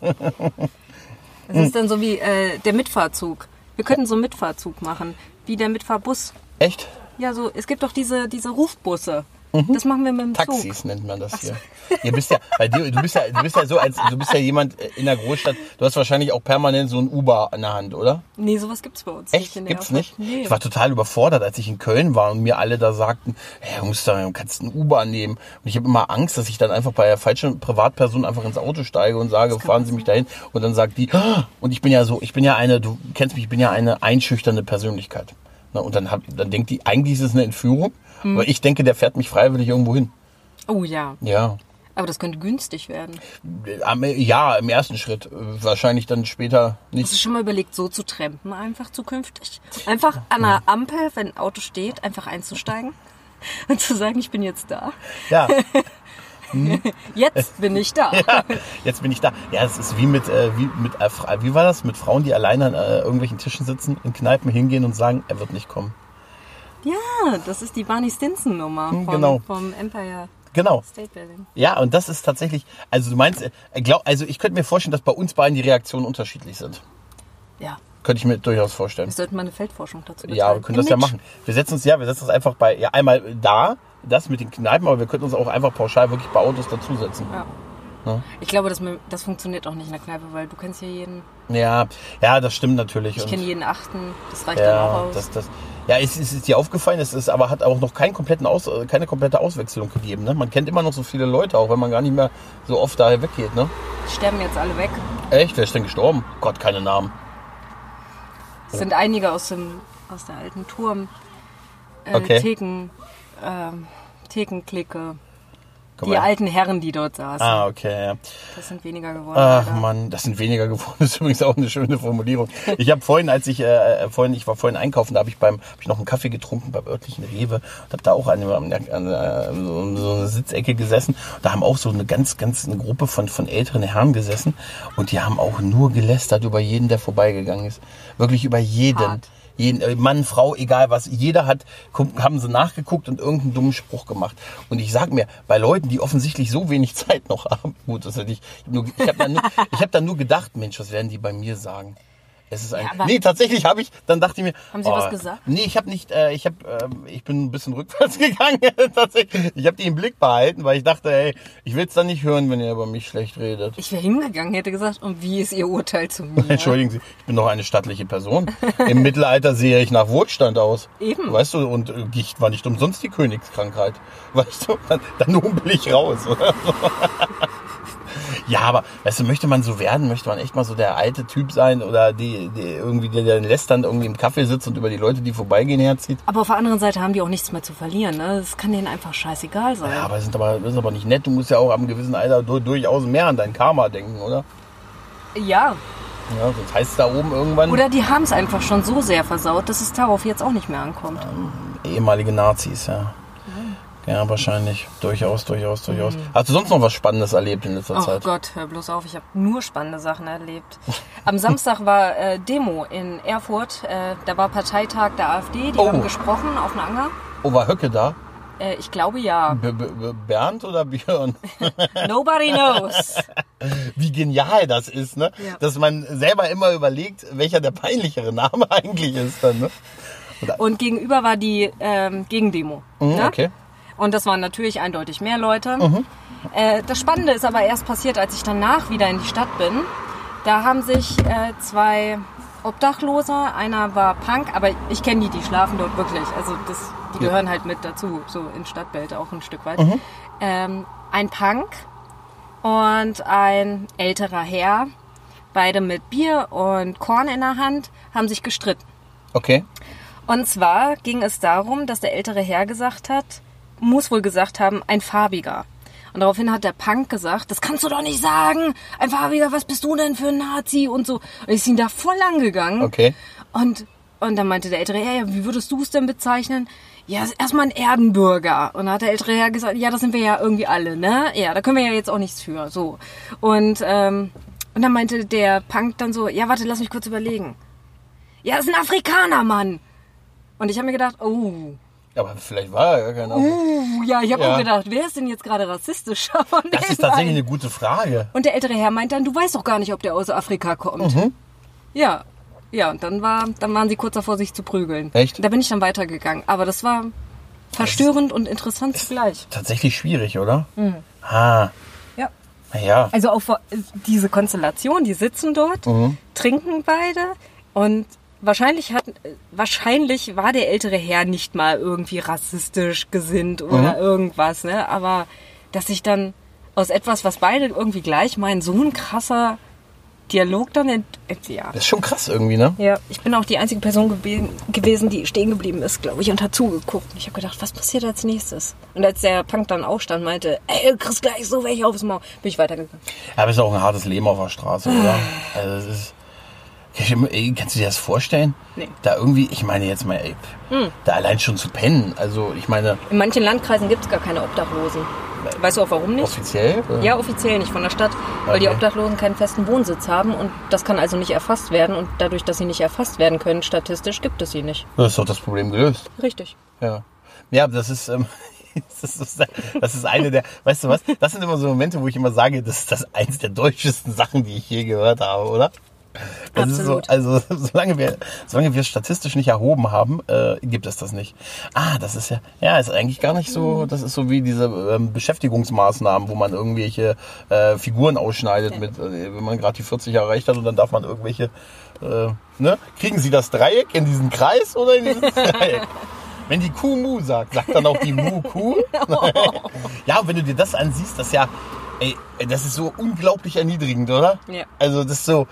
Speaker 2: Das
Speaker 1: Hm.
Speaker 2: ist dann so wie äh, der Mitfahrzug. Wir könnten so einen Mitfahrzug machen, wie der Mitfahrbus.
Speaker 1: Echt?
Speaker 2: Ja, so, es gibt doch diese, diese Rufbusse.
Speaker 1: Mhm.
Speaker 2: Das machen wir mit dem Zug.
Speaker 1: Taxis nennt man das hier. Ihr bist ja, bei dir, du bist ja, du bist ja so, als du bist ja jemand äh, in der Großstadt. Du hast wahrscheinlich auch permanent so ein Uber in der Hand, oder?
Speaker 2: Nee, sowas gibt's bei uns
Speaker 1: Echt?
Speaker 2: in der
Speaker 1: Gibt's
Speaker 2: Form.
Speaker 1: nicht?
Speaker 2: Nee.
Speaker 1: Ich war total überfordert, als ich in Köln war und mir alle da sagten, hey, du musst da, du kannst einen Uber nehmen. Und ich habe immer Angst, dass ich dann einfach bei der falschen Privatperson einfach ins Auto steige und sage, fahren Sie mich dahin. Und dann sagt die, "Ah!" und ich bin ja so, ich bin ja eine, du kennst mich, ich bin ja eine einschüchternde Persönlichkeit. Na, und dann, hab, dann denkt die, eigentlich ist es eine Entführung,
Speaker 2: Mhm.
Speaker 1: aber ich denke, der fährt mich freiwillig irgendwo hin.
Speaker 2: Oh ja,
Speaker 1: Ja.
Speaker 2: aber das könnte günstig werden.
Speaker 1: Am- Ja, im ersten Schritt. äh, Wahrscheinlich dann später nicht.
Speaker 2: [laughs] Hast du schon mal überlegt, so zu trampen einfach zukünftig? Einfach an einer Ampel, wenn ein Auto steht, einfach einzusteigen [laughs] und zu sagen, ich bin jetzt da.
Speaker 1: Ja.
Speaker 2: Jetzt bin ich da.
Speaker 1: [laughs] Ja, jetzt bin ich da. Ja, es ist wie mit, äh, wie mit, äh, Fra- wie war das mit Frauen, die alleine an äh, irgendwelchen Tischen sitzen, in Kneipen hingehen und sagen, er wird nicht kommen.
Speaker 2: Ja, das ist die Barney Stinson-Nummer
Speaker 1: Hm,
Speaker 2: vom,
Speaker 1: genau.
Speaker 2: vom Empire
Speaker 1: Genau.
Speaker 2: State Building.
Speaker 1: Ja, und das ist tatsächlich, also du meinst, äh, glaub, also ich könnte mir vorstellen, dass bei uns beiden die Reaktionen unterschiedlich sind.
Speaker 2: Ja,
Speaker 1: Könnte ich mir durchaus vorstellen.
Speaker 2: wir sollten mal eine Feldforschung dazu
Speaker 1: Ja, wir
Speaker 2: betreiben.
Speaker 1: können das ja
Speaker 2: Image.
Speaker 1: machen. Wir setzen uns ja, wir setzen uns einfach bei ja, einmal da, das mit den Kneipen, aber wir könnten uns auch einfach pauschal wirklich bei Autos dazusetzen.
Speaker 2: Ja. Ich glaube, das, das funktioniert auch nicht in der Kneipe, weil du kennst ja jeden,
Speaker 1: Ja, ja, das stimmt natürlich.
Speaker 2: ich
Speaker 1: Und-
Speaker 2: kenne jeden Achten, das reicht dann
Speaker 1: Ja,
Speaker 2: auch aus.
Speaker 1: das, das, ja es, ist- ist dir aufgefallen, es ist, aber hat auch noch keinen kompletten Aus, äh, keine komplette Auswechslung gegeben. Ne? Man kennt immer noch so viele Leute, auch wenn man gar nicht mehr so oft daher weggeht. Ne?
Speaker 2: Sterben jetzt alle weg.
Speaker 1: Echt? Wer ist denn gestorben? Gott, keine Namen.
Speaker 2: Es sind einige aus, dem, aus der alten Turm. Äh,
Speaker 1: Okay.
Speaker 2: Theken, ähm, Thekenklicke.
Speaker 1: Guck
Speaker 2: Die
Speaker 1: mal.
Speaker 2: alten Herren, die dort saßen.
Speaker 1: Ah, okay, ja.
Speaker 2: Das sind weniger geworden.
Speaker 1: Ach
Speaker 2: leider.
Speaker 1: man, das sind weniger geworden. [laughs] Das ist übrigens auch eine schöne Formulierung. Ich habe vorhin, als ich äh, vorhin, ich war vorhin einkaufen, da habe ich beim, hab ich noch einen Kaffee getrunken beim örtlichen Rewe und habe da auch an, an, an äh, so, so einer Sitzecke gesessen. Da haben auch so eine ganz, ganz eine Gruppe von von älteren Herren gesessen und die haben auch nur gelästert über jeden, der vorbeigegangen ist. Wirklich über jeden.
Speaker 2: Hart.
Speaker 1: Jeden, äh, Mann, Frau, egal was, jeder hat, guck- haben sie nachgeguckt und irgendeinen dummen Spruch gemacht. Und ich sag mir, bei Leuten, die offensichtlich so wenig [laughs] Zeit noch haben, gut, das hätte ich, ich hab nur- ich habe dann, nur- ich hab dann nur gedacht, Mensch, was werden die bei mir sagen? Es ist ein,
Speaker 2: Ja, aber-
Speaker 1: nee, tatsächlich habe ich, dann dachte ich mir, oh,
Speaker 2: Haben Sie was gesagt?
Speaker 1: Nee, ich habe nicht, äh, ich habe, ähm, ich bin ein bisschen rückwärts [laughs] gegangen. tatsächlich. Ich habe die im Blick behalten, weil ich dachte, ey, ich will's dann nicht hören, wenn ihr über mich schlecht redet.
Speaker 2: Ich wäre hingegangen, hätte gesagt, und wie ist Ihr
Speaker 1: [laughs]
Speaker 2: Urteil zu mir?
Speaker 1: Entschuldigen Sie, ich bin noch eine stattliche Person. Im Mittelalter sehe ich nach Wohlstand aus.
Speaker 2: Eben.
Speaker 1: Weißt du, und äh, Gicht war nicht umsonst die Königskrankheit. [laughs] Weißt du, dann, dann humpel ich raus. [laughs] Oder so. ja, aber, weißt du, möchte man so werden? Möchte man echt mal so der alte Typ sein oder die, die irgendwie, der dann lästern irgendwie im Kaffee sitzt und über die Leute, die vorbeigehen, herzieht?
Speaker 2: Aber auf der anderen Seite haben die auch nichts mehr zu verlieren. Ne? Das kann denen einfach scheißegal sein.
Speaker 1: Ja, aber, sind aber das ist aber nicht nett. Du musst ja auch am gewissen Alter du, durchaus mehr an dein Karma denken, oder?
Speaker 2: ja.
Speaker 1: Ja, sonst heißt es da oben irgendwann
Speaker 2: Oder die haben es einfach schon so sehr versaut, dass es darauf jetzt auch nicht mehr ankommt.
Speaker 1: ehemalige Nazis, ja. Ja, wahrscheinlich. Durchaus, durchaus, durchaus. Hast du sonst noch was Spannendes erlebt in letzter
Speaker 2: Oh
Speaker 1: Zeit?
Speaker 2: Gott, hör bloß auf, ich habe nur spannende Sachen erlebt. Am Samstag war äh, Demo in Erfurt, äh, da war Parteitag der AfD, die
Speaker 1: Oh.
Speaker 2: haben gesprochen auf einer Anger.
Speaker 1: Oh, war Höcke da?
Speaker 2: Äh, ich glaube ja.
Speaker 1: B -b -b Bernd oder
Speaker 2: [laughs]
Speaker 1: Björn?
Speaker 2: Nobody knows.
Speaker 1: Wie genial das ist, ne?
Speaker 2: Ja.
Speaker 1: Dass man selber immer überlegt, welcher der peinlichere Name [laughs] eigentlich ist dann, ne?
Speaker 2: Und gegenüber war die ähm, Gegendemo. ne?
Speaker 1: Hm, Mhm, okay.
Speaker 2: Und das waren natürlich eindeutig mehr Leute. Äh, das Spannende ist aber erst passiert, als ich danach wieder in die Stadt bin. Da haben sich äh, zwei Obdachlose, einer war Punk, aber ich kenne die, die schlafen dort wirklich. Also das, die gehören halt mit dazu, so in Stadtwelt auch ein Stück weit. Ähm, ein Punk und ein älterer Herr, beide mit Bier und Korn in der Hand, haben sich gestritten.
Speaker 1: Okay.
Speaker 2: Und zwar ging es darum, dass der ältere Herr gesagt hat, muss wohl gesagt haben, ein farbiger. Und daraufhin hat der Punk gesagt, das kannst du doch nicht sagen, ein farbiger, was bist du denn für ein Nazi und so. Und ist ihn da voll angegangen.
Speaker 1: Okay.
Speaker 2: Und, und dann meinte der ältere Herr, ja, wie würdest du es denn bezeichnen? Ja, ist erstmal ein Erdenbürger. Und dann hat der ältere Herr gesagt, ja, das sind wir ja irgendwie alle, ne? Ja, da können wir ja jetzt auch nichts für, so. Und, ähm, und dann meinte der Punk dann so, ja, warte, lass mich kurz überlegen. Ja, das ist ein Afrikaner, Mann. Und ich habe mir gedacht, oh,
Speaker 1: Aber vielleicht war er gar keiner.
Speaker 2: uh, ja, ich habe
Speaker 1: Ja.
Speaker 2: auch gedacht, wer ist denn jetzt gerade [laughs] rassistischer von den
Speaker 1: Das ist tatsächlich
Speaker 2: beiden?
Speaker 1: eine gute Frage.
Speaker 2: Und der ältere Herr meint dann, du weißt doch gar nicht, ob der aus Afrika kommt. Ja, ja, und dann, war, dann waren sie kurz davor, sich zu prügeln.
Speaker 1: Echt?
Speaker 2: Da bin ich dann weitergegangen. Aber das war verstörend und interessant zugleich.
Speaker 1: Tatsächlich schwierig, oder?
Speaker 2: Hm.
Speaker 1: Mhm. Ah,
Speaker 2: Ja.
Speaker 1: naja.
Speaker 2: Also auch vor- diese Konstellation, die sitzen dort, trinken beide und wahrscheinlich hat wahrscheinlich war der ältere Herr nicht mal irgendwie rassistisch gesinnt oder irgendwas, ne? Aber dass sich dann aus etwas, was beide irgendwie gleich meinen, so ein krasser Dialog dann ent, ent ja.
Speaker 1: Das ist schon krass irgendwie, ne?
Speaker 2: Ja, ich bin auch die einzige Person gebe gewesen, die stehen geblieben ist, glaube ich, und hat zugeguckt. Und ich habe gedacht, was passiert als nächstes? Und als der Punk dann aufstand, meinte, ey, du kriegst gleich so welche aufs Maul, bin ich weitergegangen.
Speaker 1: Aber es ist auch ein hartes Leben auf der Straße, oder?
Speaker 2: Ah.
Speaker 1: Also es ist. Kannst du dir- Kannst du dir das vorstellen?
Speaker 2: Nee. Hm.
Speaker 1: Da irgendwie, ich meine jetzt mal, ey, da allein schon zu pennen. Also ich meine,
Speaker 2: In manchen Landkreisen gibt es gar keine Obdachlosen. Weißt du auch warum nicht?
Speaker 1: offiziell. äh,
Speaker 2: Ja, offiziell nicht von der Stadt, weil die
Speaker 1: Okay.
Speaker 2: Obdachlosen keinen festen Wohnsitz haben und das kann also nicht erfasst werden und dadurch, dass sie nicht erfasst werden können, statistisch gibt es sie nicht.
Speaker 1: Das ist doch das Problem gelöst.
Speaker 2: Richtig.
Speaker 1: Ja. Ja, aber das ist. Ähm, [laughs] das ist, das ist eine der, weißt du was, das sind immer so Momente, wo ich immer sage, das ist das eins der deutschesten Sachen, die ich je gehört habe, oder? Das Ist
Speaker 2: Absolut.
Speaker 1: so, also [laughs] solange wir, solange wir es statistisch nicht erhoben haben, äh, gibt es das nicht. Ah, das ist ja, ja, ist eigentlich gar nicht so, das ist so wie diese ähm, Beschäftigungsmaßnahmen, wo man irgendwelche äh, Figuren ausschneidet, mit, äh, wenn man gerade die 40 erreicht hat und dann darf man irgendwelche, äh, ne? Kriegen Sie das Dreieck in diesen Kreis oder in dieses Dreieck? Wenn die Kuh Mu sagt, sagt dann auch die Mu
Speaker 2: [laughs]
Speaker 1: Kuh. ja, und wenn du dir das ansiehst, das ist ja, ey, das ist so unglaublich erniedrigend, oder?
Speaker 2: Ja.
Speaker 1: Also das ist so,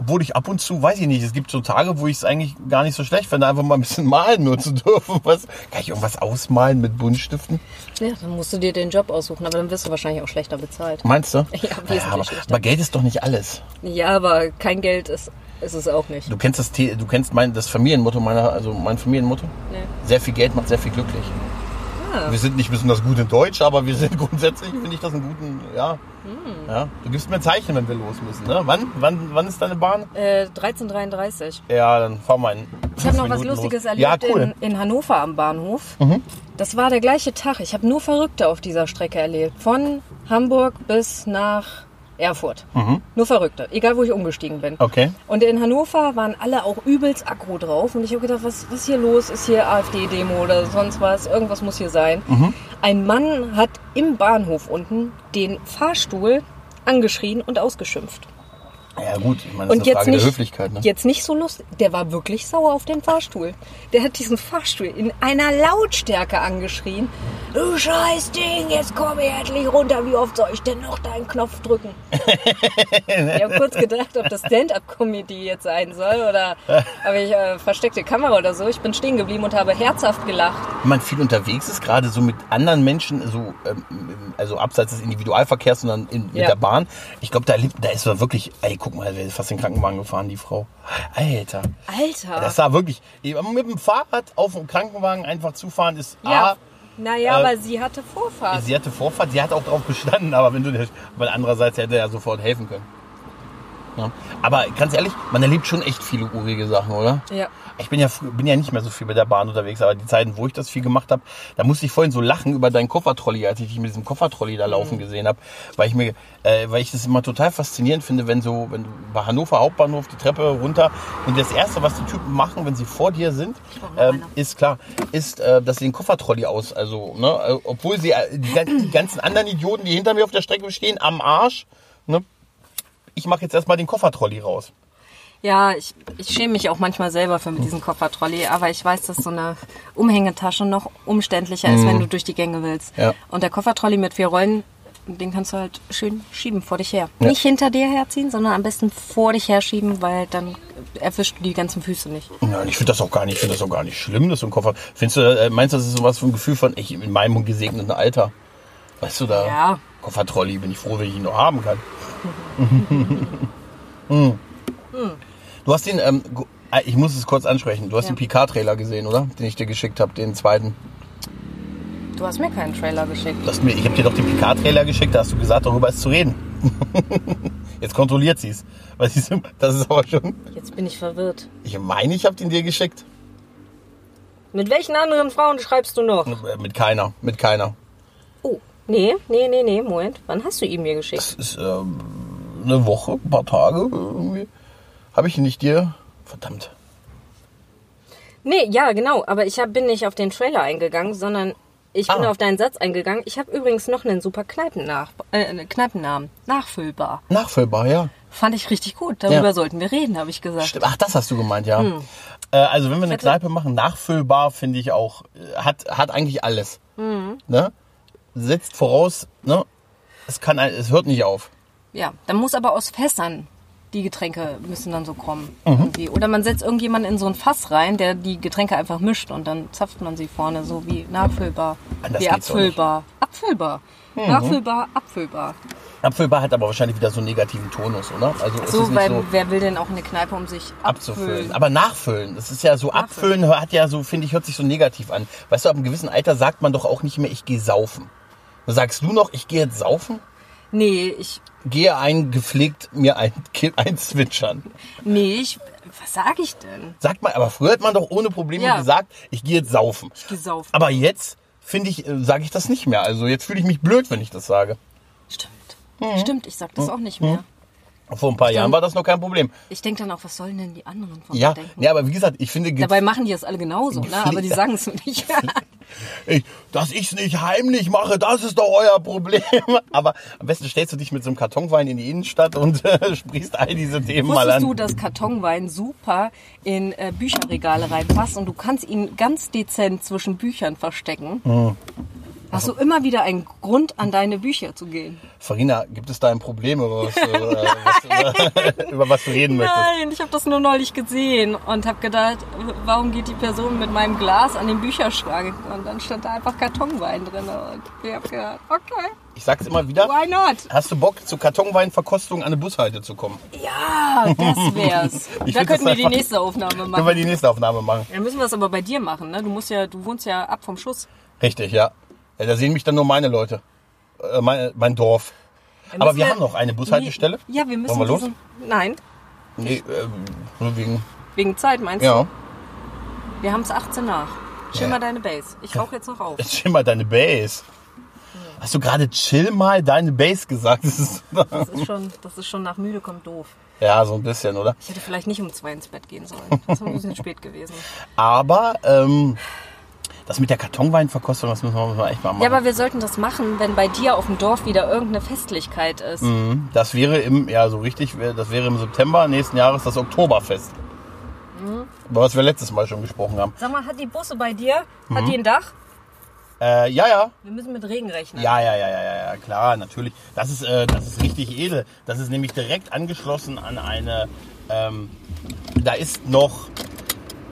Speaker 1: Obwohl ich ab und zu, weiß ich nicht, es gibt so Tage, wo ich es eigentlich gar nicht so schlecht finde, einfach mal ein bisschen [laughs] malen nur zu dürfen. Was, kann ich irgendwas ausmalen mit Buntstiften?
Speaker 2: Ja, dann musst du dir den Job aussuchen, aber dann wirst du wahrscheinlich auch schlechter bezahlt.
Speaker 1: Meinst du?
Speaker 2: Ja, wesentlich
Speaker 1: aber,
Speaker 2: schlechter.
Speaker 1: aber Geld ist doch nicht alles.
Speaker 2: Ja, aber kein Geld ist, ist es auch nicht.
Speaker 1: Du kennst das, The- du kennst mein, das Familienmotto meiner, also mein Familienmotto?
Speaker 2: Nee.
Speaker 1: Sehr viel Geld macht sehr viel glücklich.
Speaker 2: Ah.
Speaker 1: Wir sind nicht besonders gut in Deutsch, aber wir sind [laughs] grundsätzlich, finde ich das einen guten, ja.
Speaker 2: Hm.
Speaker 1: ja. Du gibst mir ein Zeichen, wenn wir los müssen, ne? Wann, wann, wann ist deine Bahn?
Speaker 2: Äh, 1333.
Speaker 1: Ja, dann fahr mal in.
Speaker 2: Ich habe noch was Lustiges erlebt
Speaker 1: Ja, cool. Mhm.
Speaker 2: in, in Hannover am Bahnhof. Das war der gleiche Tag. Ich habe nur Verrückte auf dieser Strecke erlebt. Von Hamburg bis nach Erfurt. Nur Verrückte, egal wo ich umgestiegen bin.
Speaker 1: Mhm. Okay.
Speaker 2: Und in Hannover waren alle auch übelst aggro drauf. Und ich habe gedacht, was, was hier los ist, hier AfD-Demo oder sonst was, irgendwas muss hier sein.
Speaker 1: Mhm.
Speaker 2: Ein Mann hat im Bahnhof unten den Fahrstuhl angeschrien und ausgeschimpft.
Speaker 1: Ja, gut. Ich meine, das
Speaker 2: Und
Speaker 1: ist eine
Speaker 2: jetzt
Speaker 1: Frage
Speaker 2: nicht,
Speaker 1: der Höflichkeit, ne?
Speaker 2: jetzt nicht so lustig. Der war wirklich sauer auf den Fahrstuhl. Der hat diesen Fahrstuhl in einer Lautstärke angeschrien. Du scheiß Ding, jetzt komm hier endlich runter. Wie oft soll ich denn noch deinen Knopf
Speaker 1: [laughs]
Speaker 2: drücken? ich habe kurz gedacht, ob das Stand-up-Comedy jetzt sein soll oder habe ich äh, versteckte Kamera oder so. Ich bin stehen geblieben und habe herzhaft gelacht.
Speaker 1: Wenn man viel unterwegs ist, gerade so mit anderen Menschen, so, ähm, also abseits des Individualverkehrs, sondern in, mit
Speaker 2: Ja.
Speaker 1: der Bahn. Ich glaube, da, lebt- da ist man wirklich, ey, guck mal, da ist fast den Krankenwagen gefahren, die Frau. Alter.
Speaker 2: Alter.
Speaker 1: Das war wirklich, mit dem Fahrrad auf dem Krankenwagen einfach zufahren ist
Speaker 2: ja.
Speaker 1: A,
Speaker 2: Naja,
Speaker 1: äh,
Speaker 2: aber sie hatte Vorfahrt.
Speaker 1: sie hatte Vorfahrt, sie hat auch drauf bestanden, aber wenn du der, weil andererseits hätte er ja sofort helfen können. Ja. Aber ganz ehrlich, man erlebt schon echt viele urige Sachen, oder?
Speaker 2: Ja.
Speaker 1: Ich bin ja, frü- bin ja nicht mehr so viel mit der Bahn unterwegs, aber die Zeiten, wo ich das viel gemacht habe, da musste ich vorhin so lachen über deinen Koffertrolley, als ich dich mit diesem Koffertrolley da laufen
Speaker 2: Mhm.
Speaker 1: gesehen habe, weil ich mir, äh, weil ich das immer total faszinierend finde, wenn so, wenn du bei Hannover Hauptbahnhof die Treppe runter und das erste, was die Typen machen, wenn sie vor dir sind,
Speaker 2: brauch noch
Speaker 1: ähm,
Speaker 2: eine.
Speaker 1: ist klar, ist, äh, dass sie den Koffertrolley aus, also, ne, äh, obwohl sie äh, die, gan- die ganzen anderen Idioten, die hinter mir auf der Strecke stehen, am Arsch, ne, ich mache jetzt erstmal den Koffertrolley raus.
Speaker 2: Ja, ich, ich schäme mich auch manchmal selber für diesen Koffertrolley, aber ich weiß, dass so eine Umhängetasche noch umständlicher ist, wenn du durch die Gänge willst.
Speaker 1: Mhm. Ja.
Speaker 2: Und der Koffertrolley mit vier Rollen, den kannst du halt schön schieben vor dich her.
Speaker 1: Ja.
Speaker 2: Nicht hinter dir herziehen, sondern am besten vor dich herschieben, weil dann erwischst du die ganzen Füße nicht.
Speaker 1: Nein, ich finde das auch gar nicht, ich finde das auch gar nicht schlimm, dass so ein Koffer. Findest du, äh, meinst du, das ist sowas für ein Gefühl von, ich in meinem gesegneten Alter? Weißt du da?
Speaker 2: Ja.
Speaker 1: Koffertrolley, bin ich froh, wenn ich ihn noch haben
Speaker 2: [laughs]
Speaker 1: kann. Hm. Du hast den, ähm, gu- ah, ich muss es kurz ansprechen, du hast
Speaker 2: Ja.
Speaker 1: den Picard-Trailer gesehen, oder? Den ich dir geschickt habe, den zweiten.
Speaker 2: Du hast mir keinen Trailer geschickt.
Speaker 1: Du hast mir, ich habe dir doch den Picard-Trailer geschickt, da hast du gesagt, darüber ist zu reden. [laughs] Jetzt kontrolliert sie es. Weil sie ist, das ist aber schon.
Speaker 2: Jetzt bin ich verwirrt.
Speaker 1: Ich meine, ich habe den dir geschickt.
Speaker 2: Mit welchen anderen Frauen schreibst du noch?
Speaker 1: Äh, Mit keiner, mit keiner.
Speaker 2: Oh, nee, nee, nee, nee, Moment. Wann hast du ihn mir geschickt?
Speaker 1: ist ähm, eine Woche, ein paar Tage irgendwie. Habe ich ihn nicht dir? Verdammt.
Speaker 2: Nee, ja, genau. Aber ich hab, bin nicht auf den Trailer eingegangen, sondern ich bin
Speaker 1: Ah.
Speaker 2: auf deinen Satz eingegangen. Ich habe übrigens noch einen super Kneipennach äh, Kneipennamen. Nachfüllbar.
Speaker 1: Nachfüllbar, ja.
Speaker 2: Fand ich richtig gut. Darüber
Speaker 1: Ja.
Speaker 2: sollten wir reden, habe ich gesagt.
Speaker 1: Stimmt. Ach, das hast du gemeint, ja. Äh, also wenn wir eine
Speaker 2: Hm. hatte-
Speaker 1: Kneipe machen, nachfüllbar finde ich auch, äh, hat, hat eigentlich alles.
Speaker 2: Hm.
Speaker 1: Ne? Setzt voraus, ne? Es, kann, ein- es hört nicht auf.
Speaker 2: Ja, dann muss aber aus Fässern die Getränke müssen dann so kommen.
Speaker 1: Mhm.
Speaker 2: irgendwie. Oder man setzt irgendjemanden in so ein Fass rein, der die Getränke einfach mischt und dann zapft man sie vorne so wie nachfüllbar,
Speaker 1: Anders
Speaker 2: wie
Speaker 1: geht's doch nicht. Mhm.
Speaker 2: abfüllbar. Abfüllbar. Nachfüllbar, abfüllbar.
Speaker 1: Abfüllbar hat aber wahrscheinlich wieder so einen negativen Tonus, oder? Also es
Speaker 2: So,
Speaker 1: ist nicht
Speaker 2: weil
Speaker 1: so
Speaker 2: wer will denn auch eine Kneipe um sich
Speaker 1: abzufüllen.
Speaker 2: abzufüllen?
Speaker 1: Aber nachfüllen, das ist ja so, abfüllen,
Speaker 2: Nachfüllen.
Speaker 1: hat ja so, finde ich, hört sich so negativ an. Weißt du, ab einem gewissen Alter sagt man doch auch nicht mehr, ich gehe saufen. Sagst du noch, ich gehe jetzt saufen?
Speaker 2: Nee, ich
Speaker 1: Gehe ein gepflegt mir ein, [laughs] Ki- ein zwitschern.
Speaker 2: Nee, ich, was sag ich denn?
Speaker 1: Sagt man, aber früher hat man doch ohne Probleme
Speaker 2: Ja.
Speaker 1: gesagt, ich gehe jetzt saufen.
Speaker 2: Ich geh saufen.
Speaker 1: Aber jetzt, finde ich, äh, sage ich das nicht mehr. Also jetzt fühle ich mich blöd, wenn ich das sage.
Speaker 2: Stimmt. Stimmt, ich sag das auch nicht mehr.
Speaker 1: Vor ein paar Jahren war das noch kein Problem.
Speaker 2: Ich denk dann auch, was sollen denn die anderen von
Speaker 1: Ja,
Speaker 2: mir denken?
Speaker 1: nee, aber wie gesagt, ich finde,
Speaker 2: Dabei machen die es alle genauso,
Speaker 1: Die
Speaker 2: [laughs] ne? aber die
Speaker 1: Flie-
Speaker 2: sagen es nicht. [laughs]
Speaker 1: Ich, dass ich es nicht heimlich mache, das ist doch euer Problem. [laughs] Aber am besten stellst du dich mit so einem Kartonwein in die Innenstadt und [laughs] äh, sprichst all diese Themen mal
Speaker 2: Wusstest
Speaker 1: an.
Speaker 2: du, dass Kartonwein super in äh, Hm. Bücherregale reinpasst und du kannst ihn ganz dezent zwischen Büchern verstecken? Hast du immer wieder einen Grund, an deine Bücher zu gehen?
Speaker 1: Farina, gibt es da ein Problem, über was, du, äh, was, du- [laughs] über was du reden möchtest?
Speaker 2: Nein, ich habe das nur neulich gesehen und habe gedacht, warum geht die Person mit meinem Glas an den Bücherschrank? Und dann stand da einfach Kartonwein drin. Und ich habe gedacht, okay,
Speaker 1: Ich sag's immer wieder.
Speaker 2: why not?
Speaker 1: Hast du Bock, zur Kartonweinverkostung an eine Bushalte zu kommen?
Speaker 2: Ja,
Speaker 1: [laughs]
Speaker 2: das wär's.
Speaker 1: Ich
Speaker 2: da
Speaker 1: find das
Speaker 2: könnten wir die
Speaker 1: einfach-
Speaker 2: nächste Aufnahme
Speaker 1: Können wir
Speaker 2: machen.
Speaker 1: die nächste Aufnahme machen?
Speaker 2: Dann müssen wir das aber bei dir machen, ne? Du musst ja, du wohnst ja ab vom Schuss.
Speaker 1: Richtig, ja. ja da sehen mich dann nur meine Leute. Äh, mein, mein Dorf.
Speaker 2: Dann
Speaker 1: Aber
Speaker 2: müssen
Speaker 1: wir haben noch eine Bushaltestelle.
Speaker 2: Ja, wir müssen
Speaker 1: Wollen wir los?
Speaker 2: diesen- Nein,
Speaker 1: Nee, ähm, nur wegen.
Speaker 2: wegen Zeit meinst
Speaker 1: Ja.
Speaker 2: du? Wir haben es 18 nach. Chill
Speaker 1: Ja.
Speaker 2: mal deine Base. Ich rauche jetzt noch auf.
Speaker 1: Jetzt chill mal deine Base. Hast du gerade chill mal deine Base gesagt? Das ist, [laughs]
Speaker 2: Das ist schon, das ist schon nach müde kommt doof.
Speaker 1: ja, so ein bisschen, oder?
Speaker 2: Ich hätte vielleicht nicht um zwei ins Bett gehen sollen. Das war ein [laughs] bisschen spät gewesen.
Speaker 1: Aber ähm, das mit der Kartonweinverkostung, das müssen wir, müssen wir echt mal machen.
Speaker 2: Ja, aber wir sollten das machen, wenn bei dir auf dem Dorf wieder irgendeine Festlichkeit ist.
Speaker 1: Mhm. das wäre im, ja, so richtig, wär- das wäre im September nächsten Jahres das Oktoberfest.
Speaker 2: Mhm.
Speaker 1: Über was wir letztes Mal schon gesprochen haben.
Speaker 2: Sag mal, hat die Busse bei dir?
Speaker 1: Mhm.
Speaker 2: Hat die ein Dach?
Speaker 1: Äh, ja, ja,
Speaker 2: Wir müssen mit Regen rechnen.
Speaker 1: Ja, ja, ja, ja, ja, ja, klar, natürlich. Das ist, äh, das ist richtig edel. Das ist nämlich direkt angeschlossen an eine. Ähm, da ist noch.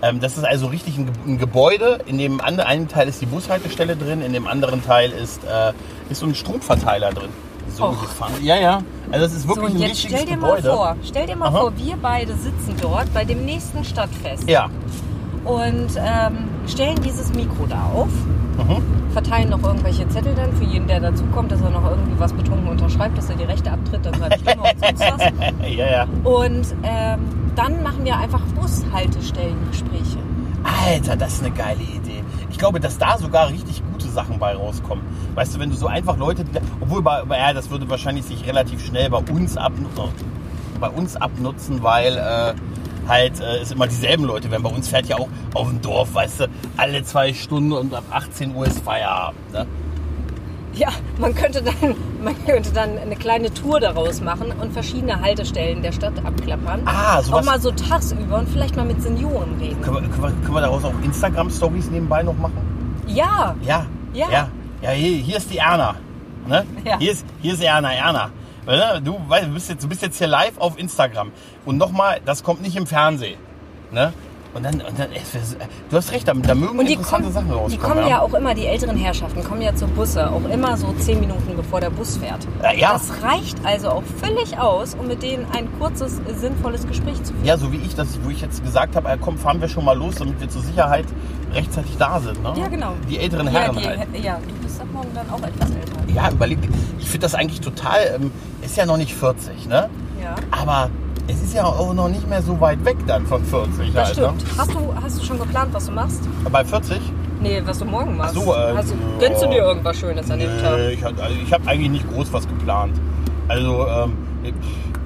Speaker 1: Ähm, das ist also richtig ein, Ge- ein Gebäude. In dem ande- einen Teil ist die Bushaltestelle drin, in dem anderen Teil ist, äh, ist so ein Stromverteiler drin. So
Speaker 2: Och.
Speaker 1: gefahren. Ja, ja. Also das ist
Speaker 2: So,
Speaker 1: wirklich
Speaker 2: und
Speaker 1: ein
Speaker 2: jetzt
Speaker 1: richtiges
Speaker 2: stell dir mal
Speaker 1: Gebäude.
Speaker 2: vor, stell dir mal
Speaker 1: Aha.
Speaker 2: vor, wir beide sitzen dort bei dem nächsten Stadtfest
Speaker 1: Ja, [laughs]
Speaker 2: und ähm, stellen dieses Mikro da auf, verteilen noch irgendwelche Zettel dann für jeden, der dazukommt, dass er noch irgendwie was betrunken unterschreibt, dass er die Rechte abtritt, dass
Speaker 1: [laughs]
Speaker 2: er Stimme und sonst was.
Speaker 1: ja, ja.
Speaker 2: Und ähm, dann machen wir einfach Bushaltestellengespräche.
Speaker 1: Alter, das ist eine geile Idee. Ich glaube, dass da sogar richtig gute Sachen bei rauskommen. Weißt du, wenn du so einfach Leute, die da- obwohl bei, bei- ja, das würde wahrscheinlich sich relativ schnell bei uns abnutzen, bei uns abnutzen, weil äh, halt äh, es immer dieselben Leute werden. Bei uns fährt ja auch auf dem Dorf, weißt du, alle zwei Stunden und ab 18 Uhr ist Feierabend. Ne?
Speaker 2: Ja, man könnte dann, [laughs] man könnte dann eine kleine Tour daraus machen und verschiedene Haltestellen der Stadt abklappern.
Speaker 1: Ah,
Speaker 2: Auch
Speaker 1: sowas.
Speaker 2: mal so tagsüber und vielleicht mal mit Senioren reden.
Speaker 1: Können wir, können, wir, können wir daraus auch Instagram-Stories nebenbei noch machen?
Speaker 2: Ja,
Speaker 1: Ja.
Speaker 2: Ja.
Speaker 1: Ja, ja hier, hier ist die Erna. Ne?
Speaker 2: [laughs] Ja.
Speaker 1: Hier, ist, hier ist Erna, Erna. Ne? Du, weißt, du, bist jetzt, du bist jetzt hier live auf Instagram. Und nochmal, das kommt nicht im Fernsehen. Ne? Und dann, und dann, es wär- äh, du hast recht, da, da mögen
Speaker 2: und die
Speaker 1: interessante
Speaker 2: kommen,
Speaker 1: Sachen rauskommen.
Speaker 2: die kommen ja auch immer, die älteren Herrschaften kommen ja zur Busse, auch immer so zehn Minuten bevor der Bus fährt.
Speaker 1: Ja, ja.
Speaker 2: Das reicht also auch völlig aus, um mit denen ein kurzes, sinnvolles Gespräch zu führen.
Speaker 1: ja, so wie ich, das, wo ich jetzt gesagt habe, äh, komm, fahren wir schon mal los, damit wir zur Sicherheit rechtzeitig da sind. Ne?
Speaker 2: Ja, genau.
Speaker 1: Die älteren
Speaker 2: Ja,
Speaker 1: Herren
Speaker 2: die,
Speaker 1: halt.
Speaker 2: ja, du bist ab morgen dann auch etwas älter.
Speaker 1: Ja, überleg, ich finde das eigentlich total, ähm, ist ja noch nicht 40, ne?
Speaker 2: Ja.
Speaker 1: Aber es ist ja auch also noch nicht mehr so weit weg dann von 40.
Speaker 2: Das
Speaker 1: halt,
Speaker 2: stimmt. Hast du, hast du schon geplant, was du machst?
Speaker 1: Ne? Bei 40?
Speaker 2: Nee, was du morgen machst.
Speaker 1: Ach so, äh,
Speaker 2: Hast du-
Speaker 1: ja.
Speaker 2: gönnst du dir irgendwas Schönes an dem Tag?
Speaker 1: Nee, ich habe also ich hab eigentlich nicht groß was geplant. Also ähm, ich-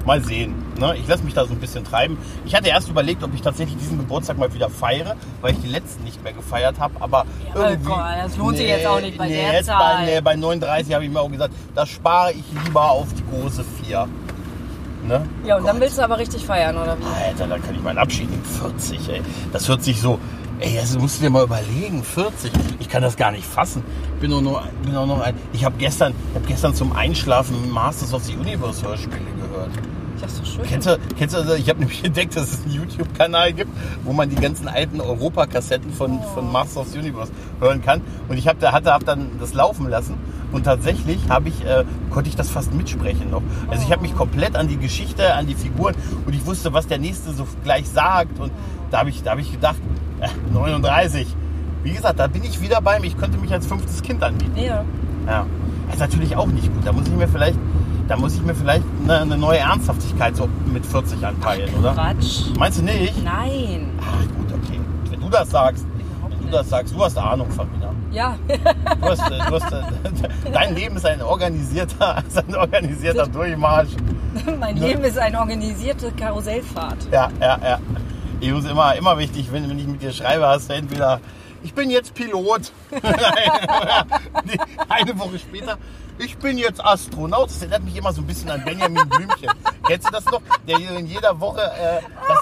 Speaker 1: mal sehen. Ne? Ich lasse mich da so ein bisschen treiben. Ich hatte erst überlegt, ob ich tatsächlich diesen Geburtstag mal wieder feiere, weil ich die letzten nicht mehr gefeiert habe. Aber
Speaker 2: aber
Speaker 1: irgendwie,
Speaker 2: Gott, das lohnt sich jetzt auch nicht bei der
Speaker 1: jetzt
Speaker 2: Zahl.
Speaker 1: Bei, nee, bei 39 habe ich mir auch gesagt, das spare ich lieber auf die große 4. Ne?
Speaker 2: Ja, und dann willst du aber richtig feiern, oder wie?
Speaker 1: Alter, dann kann ich meinen Abschied nehmen. 40, ey. Das hört sich so. Ey, das musst du dir mal überlegen. 40. Ich kann das gar nicht fassen. Ich bin auch noch, bin auch noch ein. Ich habe gestern, ich hab gestern zum Einschlafen Masters of the Universe Hörspiele gehört.
Speaker 2: Ich dachte, so schön.
Speaker 1: Kennst du, kennst du also, ich habe nämlich [laughs] entdeckt, dass es einen YouTube-Kanal gibt, wo man die ganzen alten Europa-Kassetten von, von Masters of the Universe hören kann. Und ich habe da, hatte, hab dann das laufen lassen. Und tatsächlich habe ich, äh, konnte ich das fast mitsprechen noch. Also ich habe mich komplett an die Geschichte, an die Figuren und ich wusste, was der Nächste so gleich sagt. Und da habe ich, da hab ich gedacht, äh, 39. Wie gesagt, da bin ich wieder beim, ich könnte mich als fünftes Kind anbieten.
Speaker 2: Ja.
Speaker 1: Ja. Das ist natürlich auch nicht gut. Da muss ich mir vielleicht, da muss ich mir vielleicht eine, eine neue Ernsthaftigkeit so mit 40 anpeilen, oder?
Speaker 2: Quatsch.
Speaker 1: Meinst du nicht?
Speaker 2: Nein.
Speaker 1: Ach gut, okay. Wenn du das sagst, wenn du das sagst, du hast Ahnung, Famina.
Speaker 2: Ja, [laughs]
Speaker 1: Du hast, äh, [laughs] du hast, äh, dein Leben ist ein organisierter, [laughs] ist ein organisierter Durchmarsch.
Speaker 2: mein Leben ist eine organisierte Karussellfahrt.
Speaker 1: Ja, ja, ja. Ich muss immer, immer wichtig, wenn, wenn ich mit dir schreibe, hast du entweder, ich bin jetzt Pilot. [laughs] Nee, [laughs] Eine Woche später, ich bin jetzt Astronaut. Das erinnert mich immer so ein bisschen an Benjamin Blümchen. Kennst du das noch? Der hier in jeder Woche, äh, das,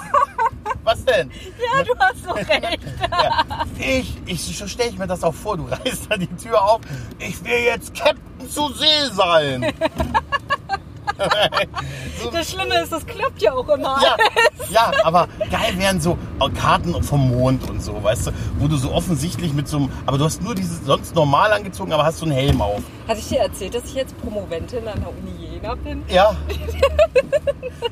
Speaker 1: Was denn?
Speaker 2: Ja, du hast so recht.
Speaker 1: Ja. Ich, ich so stelle ich mir das auch vor, du reißt da die Tür auf. Ich will jetzt Captain zu See sein. so,
Speaker 2: Das Schlimme ist, das klappt ja auch immer.
Speaker 1: ja, ja, aber geil wären so Karten vom Mond und so, weißt du, wo du so offensichtlich mit so einem, aber du hast nur dieses sonst normal angezogen, aber hast so einen Helm auf.
Speaker 2: Hatte ich dir erzählt, dass ich jetzt Promoventin an der Uni Jena bin? [laughs]
Speaker 1: Ja.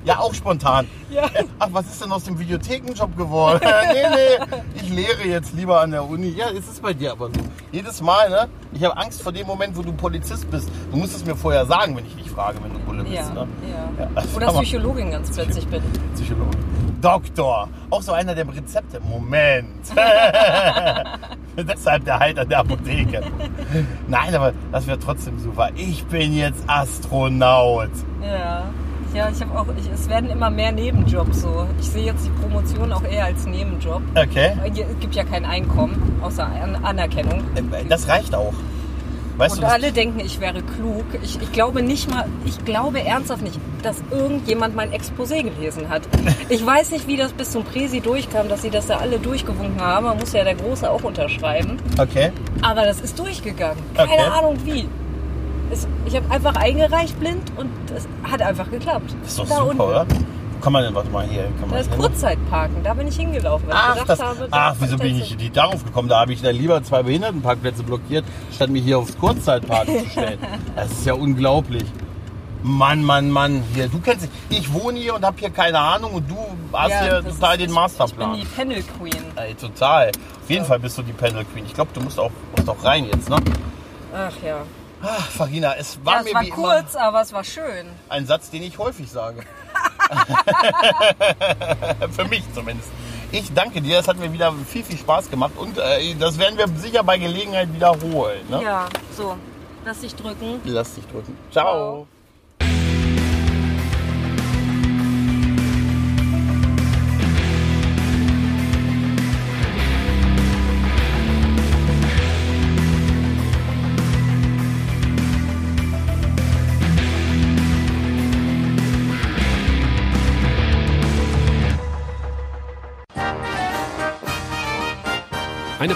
Speaker 1: Ja, auch spontan.
Speaker 2: Ja.
Speaker 1: Ach, was ist denn aus dem Videothekenjob geworden? [laughs] nee, nee, ich lehre jetzt lieber an der Uni. Ja, es ist bei dir aber so. Jedes Mal, ne? Ich habe Angst vor dem Moment, wo du Polizist bist. Du musst es mir vorher sagen, wenn ich dich frage, wenn du Bulle bist.
Speaker 2: Ja,
Speaker 1: Ne?
Speaker 2: ja.
Speaker 1: Ja, also
Speaker 2: Oder
Speaker 1: kann man-
Speaker 2: Psychologin ganz plötzlich bin.
Speaker 1: Psychologe. Doktor. Auch so einer der Rezepte.
Speaker 2: [laughs]
Speaker 1: Moment. Deshalb der Halt an der Apotheke. Nein, aber das wäre trotzdem super. Ich bin jetzt Astronaut.
Speaker 2: Ja. Ja, ich habe auch, ich, es werden immer mehr Nebenjobs so. Ich sehe jetzt die Promotion auch eher als Nebenjob.
Speaker 1: Okay.
Speaker 2: Weil hier- Es gibt ja kein Einkommen, außer An Anerkennung.
Speaker 1: Das reicht auch. Weißt
Speaker 2: Und
Speaker 1: du, das-
Speaker 2: alle denken, ich wäre klug. Ich, ich glaube nicht mal, ich glaube ernsthaft nicht, dass irgendjemand mein Exposé
Speaker 1: [laughs]
Speaker 2: gelesen hat. Ich weiß nicht, wie das bis zum Presi durchkam, dass sie das da alle durchgewunken haben. Man muss ja der Große auch unterschreiben.
Speaker 1: Okay.
Speaker 2: Aber das ist durchgegangen. Keine
Speaker 1: Okay.
Speaker 2: Ahnung wie. Es, ich habe einfach eingereicht blind und es hat einfach geklappt.
Speaker 1: Das ist doch
Speaker 2: Da
Speaker 1: super,
Speaker 2: unten.
Speaker 1: oder? Kann man denn, warte mal hier. Kann man
Speaker 2: Da ist
Speaker 1: hier-
Speaker 2: Kurzzeitparken, da bin ich hingelaufen, weil ich
Speaker 1: Ach,
Speaker 2: gedacht
Speaker 1: das,
Speaker 2: habe, da
Speaker 1: ach, wieso bin
Speaker 2: Parkplätze.
Speaker 1: ich nicht darauf gekommen? Da habe ich dann lieber zwei Behindertenparkplätze blockiert, statt mich hier aufs Kurzzeitparken zu
Speaker 2: [laughs]
Speaker 1: stellen. Das ist ja unglaublich. Mann, Mann, Mann, hier, du kennst dich. Ich wohne hier und habe hier keine Ahnung und du hast
Speaker 2: Ja,
Speaker 1: hier
Speaker 2: das
Speaker 1: total
Speaker 2: ist-
Speaker 1: den
Speaker 2: ich-
Speaker 1: Masterplan.
Speaker 2: Ich bin die Panel Queen.
Speaker 1: Ey, total. Auf jeden Fall bist du die Panel Queen. Ich glaube, du musst auch, musst auch rein jetzt, ne?
Speaker 2: Ach ja.
Speaker 1: Ach, Farina, es war
Speaker 2: ja
Speaker 1: mir
Speaker 2: es war
Speaker 1: wie
Speaker 2: kurz, aber es war schön.
Speaker 1: immer ein Satz, den ich häufig sage. [laughs] Für mich zumindest. Ich danke dir, es hat mir wieder viel, viel Spaß gemacht und äh, das werden wir sicher bei Gelegenheit wiederholen. Ne?
Speaker 2: Ja, so. Lass dich drücken.
Speaker 1: Lass dich drücken. Ciao.
Speaker 3: Eine